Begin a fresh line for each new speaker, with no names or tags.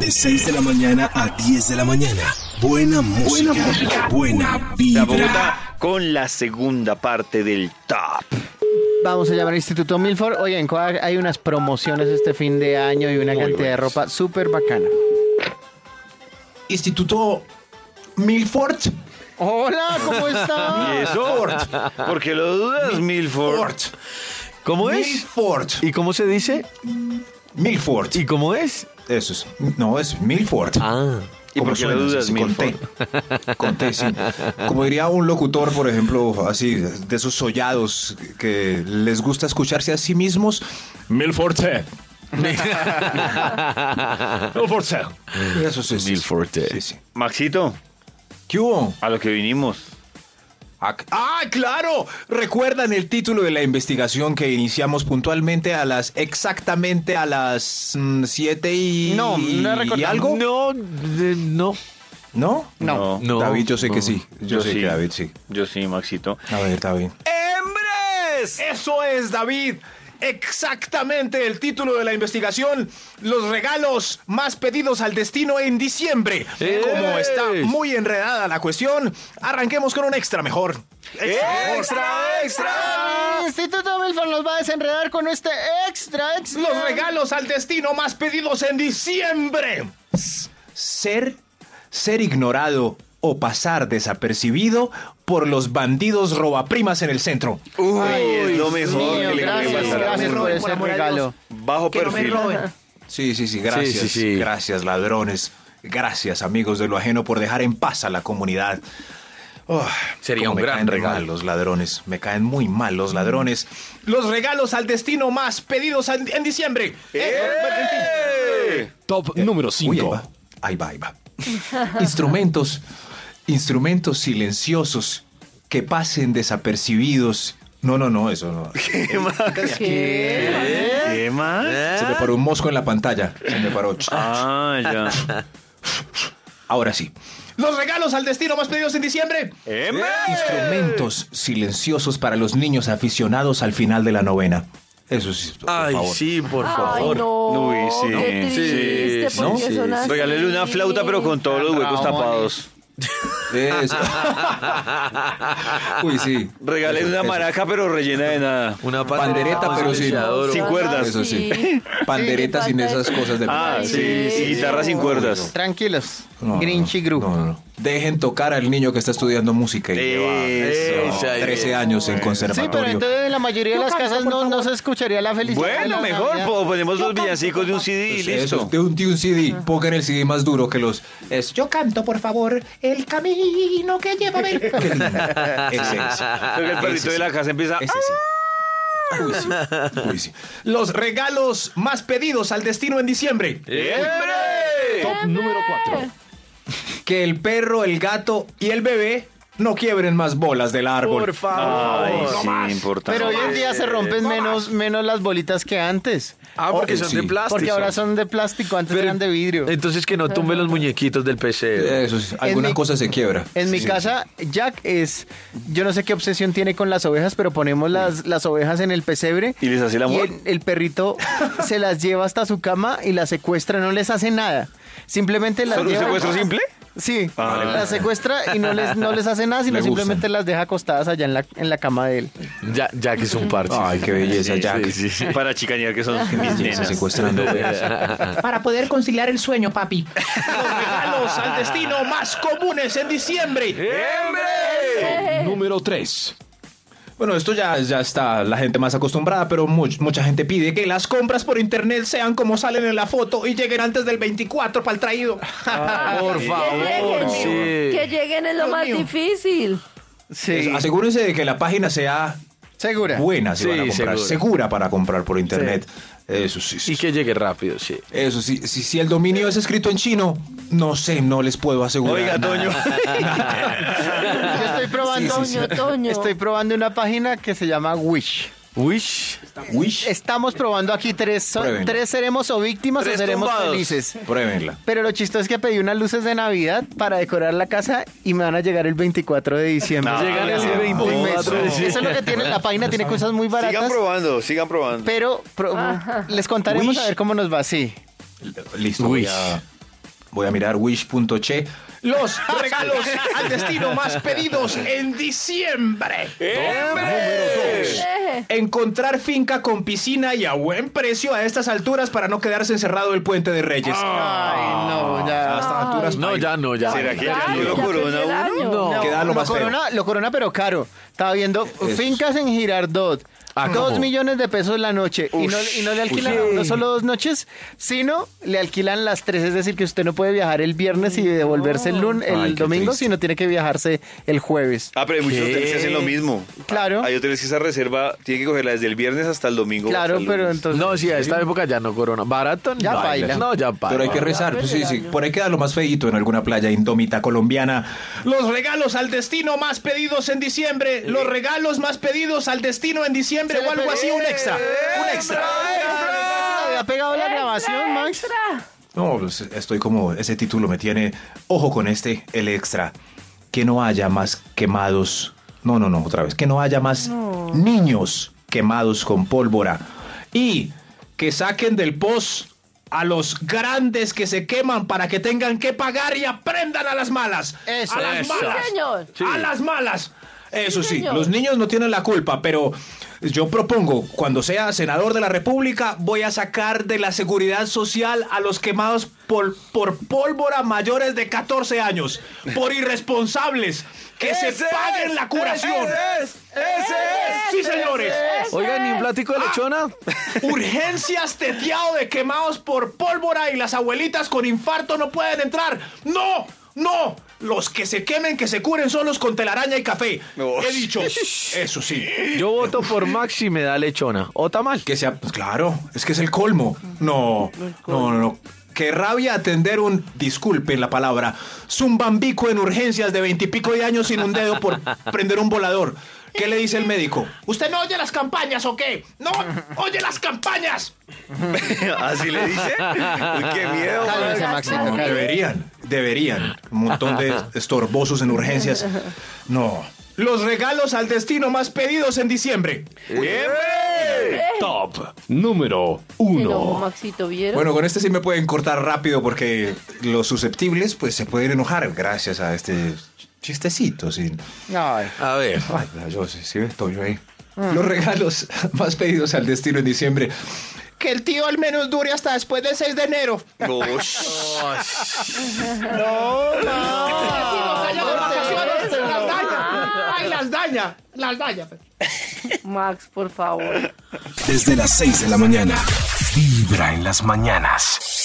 De 6 de la mañana a 10 de la mañana. Buena música. Buena, música, buena
La
vibra.
Bogotá con la segunda parte del top.
Vamos a llamar al Instituto Milford. Oye, en Coag hay unas promociones este fin de año y una cantidad de ropa súper bacana.
Instituto Milford.
Hola, ¿cómo
¿Y
estás?
eso? ¿Por qué lo dudas, Milford?
Ford.
¿Cómo es?
Milford.
¿Y cómo se dice?
Milford.
¿Y cómo es?
Eso es. No, es Milford.
Ah.
¿Y
Como
por qué lo
suena,
dudas,
sí, sí, con
Milford?
T. Con T, sí. Como diría un locutor, por ejemplo, así, de esos sollados que les gusta escucharse a sí mismos. Milford. Milford. Eso sí, sí.
Milford.
Sí, sí.
Maxito,
¿Qué hubo?
a lo que vinimos.
Ah, ¡Ah, claro! ¿Recuerdan el título de la investigación que iniciamos puntualmente a las exactamente a las 7 y,
No, no recuerdo.
y algo?
No, de- no.
¿No.
No.
No.
David, yo sé
no.
que sí. Yo, sé que David sí.
Yo sí, Maxito.
A ver, David. ¡Hembres! Eso es, David. Exactamente el título de la investigación, los regalos más pedidos al destino en diciembre.
¡Ey!
Como está muy enredada la cuestión, arranquemos con un extra mejor. mejor.
¡Extra, extra!
El Instituto Milford nos va a desenredar con este extra, extra.
Los regalos al destino más pedidos en diciembre. Ser, ser ignorado o pasar desapercibido por los bandidos robaprimas en el centro.
Uy, es lo mejor
Mío,
que le puede
gracias,
pasar.
gracias
No me
por
roben,
ese
por amor a
regalo.
Dios.
Bajo perfil.
Sí, sí, sí, gracias.
sí, sí.
Gracias, ladrones. Gracias, amigos de lo ajeno, por dejar en paz a la comunidad. Oh,
Sería
cómo
un
me
gran
caen re
regalo.
mal los ladrones. Me caen muy mal los ladrones. Los regalos al destino más pedidos en, en diciembre. Eh,
Top número
Uy,
5.
ahí Eh, va, ahí va. Ahí va. instrumentos, instrumentos silenciosos que pasen desapercibidos. No, no, no, eso no.
¿Qué más?
¿Eh?
¿Qué más?
Se me paró un mosco en la pantalla. Se me paró.
Ah, ya.
Ahora sí. Los regalos al destino más pedidos en diciembre. Instrumentos silenciosos para los niños aficionados al final de la novena. Eso sí, por
Ay,
favor.
sí, por favor.
Ay, no.
Uy, sí.
Qué
Sí,
triste,
sí,
¿por qué
sí.
son así?
Regálele una flauta, pero con todos los huecos
Ramones.
tapados.
Eso. Uy, sí.
Regálele
Eso,
una
eso.
maraca, pero rellena de nada.
Una
Pandereta,
con
pero
silenciador.
Sin
Ah,
cuerdas.
Eso sí.
Sí.
Pandereta
Sí,
sin
falta
esas
de-
cosas de
Ah,
Ay,
sí. Y guitarra sin cuerdas.
Tranquilos.
No, no,
Grinchy
no,
Gru.
no, no, no. Dejen tocar al niño que está estudiando música y lleva
Eso.
13 años en
Sí, pero
conservatorio.
entonces en la mayoría de las casas no, no se escucharía la felicidad. de
Bueno,
la
mejor.
Navidad.
po- Ponemos los villancicos de un CD y
Entonces,
listo.
esos de, un, de un CD, pongan el CD más duro que los... Es, yo canto, por favor, el camino que lleva a ver... Qué lindo. Ese es.
Creo que el
Ah, Ese
perrito
sí.
de la casa empieza.
Ese sí. Uy, sí. Uy, sí. Los regalos más pedidos al destino en diciembre.
Top número 4.
Que el perro, el gato y el bebé no quiebren más bolas del árbol.
Por favor.
Ay, sí, importante.
Pero hoy en día se rompen menos, menos las bolitas que antes.
Ah, porque
Oh,
son
sí.
de plástico.
Porque ahora son de plástico, antes
Pero-
eran de vidrio.
Entonces que no tumbe los muñequitos del PC.
Eso sí, alguna
mi-
cosa se quiebra.
En mi
Sí.
casa, Jack es. Yo no sé qué obsesión tiene con las ovejas, pero ponemos las, las ovejas en el pesebre.
¿Y les hace el amor?
Y el, el perrito se las lleva hasta su cama y las secuestra, no les hace nada. Simplemente las
¿Solo un
lleva.
secuestro simple? Ah,
Sí, las secuestra y no les, no les hace nada, sino
Le gustan.
simplemente las deja acostadas allá en la, en la cama de él.
Ya, ya que es un parche.
Ay, qué belleza, Jack.
Sí, sí.
Para chicanear que son mis
Está
nenas.
secuestrando
Para poder conciliar el sueño, papi.
Los regalos al destino más comunes en diciembre.
Número 3.
Bueno, esto ya, ya está la gente más acostumbrada, pero much- mucha gente pide que las compras por internet sean como salen en la foto y lleguen antes del 24 para el traído.
Por favor,
Que
sí.
lleguen, que lleguen es lo más difícil.
Sí,
Asegúrense de que la página sea
segura.
buena si
Sí,
van a comprar,
segura.
segura. para comprar por internet. Eso sí, sí.
Y que llegue rápido, sí.
Eso sí, si, si el dominio es escrito en chino, no sé, no les puedo asegurar.
Oiga,
nada.
Toño.
Yo estoy probando,
Toño, Toño.
estoy probando una página que se llama Wish.
Wish.
Wish,
Estamos probando aquí tres, so-
Pruébenlo.
tres seremos o víctimas
Tres
o seremos
tumbados.
felices.
pruébenla.
Pero lo chistoso es que pedí unas luces de Navidad para decorar la casa y me van a llegar el 24 de diciembre.
No,
Llegan
no,
el
no.
24 de
Eso es lo
diciembre.
que tiene, la página tiene cosas muy
Sigan
baratas,
probando, sigan probando.
pero pro- les contaremos
Wish.
a ver cómo nos va, sí.
Listo, voy
Wish.
a, Voy a mirar wish.che. Los regalos al destino más pedidos en diciembre.
Eh,
Encontrar finca con piscina y a buen precio a estas alturas para no quedarse encerrado el puente de Reyes.
Ay, no,
a
ya.
estas alturas
No, ya no, ya.
¿Será que
ya,
ya no lo
ya
corona
tercer
uno?
año.
No.
Queda lo más feo.
corona, lo corona, pero caro. Estaba viendo fincas en Girardot.
Ah, ¿cómo?
dos millones de pesos la noche. Y no, y no le alquilan a uno solo dos noches, sino le alquilan las tres. Es decir, que usted no puede viajar el viernes y devolverse el, lun- el
Ay, qué
domingo,
triste.
sino tiene que viajarse el jueves.
Ah, pero hay muchos hoteles que hacen lo mismo.
Claro.
Hay hoteles que esa reserva tiene que cogerla desde el viernes hasta el domingo.
Claro,
hasta el
pero
lunes.
entonces.
No, sí, a esta época ya no corona. Barato,
Ya
no.
baila.
No, ya baila.
Pero hay que rezar, pues, sí, sí. Por ahí queda lo más feíto en alguna playa indómita colombiana. Los regalos al destino más pedidos en diciembre. Los regalos más pedidos al destino en diciembre
Se
o
le
algo
pe-
así, un extra. Un extra.
¿Había pegado la grabación, Max?
extra.
No, pues, estoy como, ese título me tiene, ojo con este, el extra. Que no haya más quemados. No, no, no, otra vez. Que no haya más niños quemados con pólvora. Y que saquen del post a los grandes que se queman para que tengan que pagar y aprendan a las malas.
Eso,
a las
eso.
malas.
Sí, señor.
A las malas. Eso sí,
señor.
los niños no tienen la culpa, pero yo propongo, cuando sea senador de la República, voy a sacar de la seguridad social a los quemados por, por pólvora mayores de 14 años, por irresponsables, que se paguen la curación. sí, señores.
Oigan, ni un platico de lechona.
Urgencias teteado de quemados por pólvora y las abuelitas con infarto no pueden entrar. ¡No! ¡No! Los que se quemen, que se curen solos con telaraña y café.
Ush.
He dicho. Eso sí.
Yo voto por Maxi y me da lechona. O tamal.
Que sea. pues, claro, es que es el colmo. No. No, no, no. Qué rabia atender un. Disculpen la palabra. Zumbambico en urgencias de veintipico de años sin un dedo por prender un volador. ¿Qué le dice el médico? ¿Usted no oye las campañas o qué? ¡No! ¡Oye las campañas!
Así le dice. Uy, qué miedo.
Cálmense,
madre.
Maxito,
No,
cálmense.
deberían, deberían. Un montón de estorbosos en urgencias. No. Los regalos al destino más pedidos en diciembre.
Top número
Pero,
uno.
Maxito, ¿vieron?
Bueno, con este sí me pueden cortar rápido porque los susceptibles pues se pueden enojar gracias a este chistecito. sí.
Ay.
A ver.
Ay, yo sí, sí, estoy yo ahí. Los regalos más pedidos al destino en diciembre. Que el tío al menos dure hasta después del 6 de enero.
Ush.
las daña. Ay, las daña. Las daña.
Max, por favor.
Desde las 6 de la mañana. Vibra en las mañanas.